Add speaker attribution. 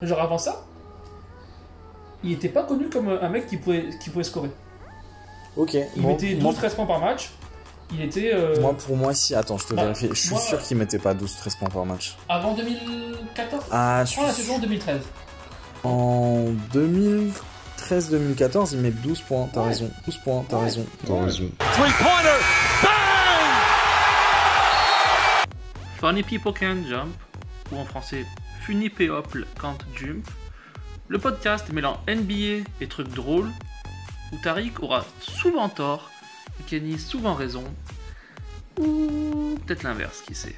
Speaker 1: Genre avant ça, il était pas connu comme un mec qui pouvait, qui pouvait scorer.
Speaker 2: Ok.
Speaker 1: Il
Speaker 2: bon,
Speaker 1: mettait
Speaker 2: moi,
Speaker 1: 12-13 points par match. Il était. euh,
Speaker 2: moi, pour moi, si. Attends, je te
Speaker 1: Bah,
Speaker 2: vérifie. Je suis
Speaker 1: moi,
Speaker 2: sûr qu'il mettait pas 12-13 points par match.
Speaker 1: Avant 2014
Speaker 2: Ah, je
Speaker 1: Je prends la
Speaker 2: suis sûr.
Speaker 1: saison 2013.
Speaker 2: En 2013-2014, il met 12 points, t'as
Speaker 1: Ouais.
Speaker 2: raison. 12 points, t'as
Speaker 1: Ouais.
Speaker 2: raison.
Speaker 1: Ouais.
Speaker 2: raison.
Speaker 3: Funny People Can Jump, ou en français Funny People Can't Jump, le podcast mêlant NBA et trucs drôles, où Tariq aura souvent tort et Kenny souvent raison, ou peut-être l'inverse, qui sait.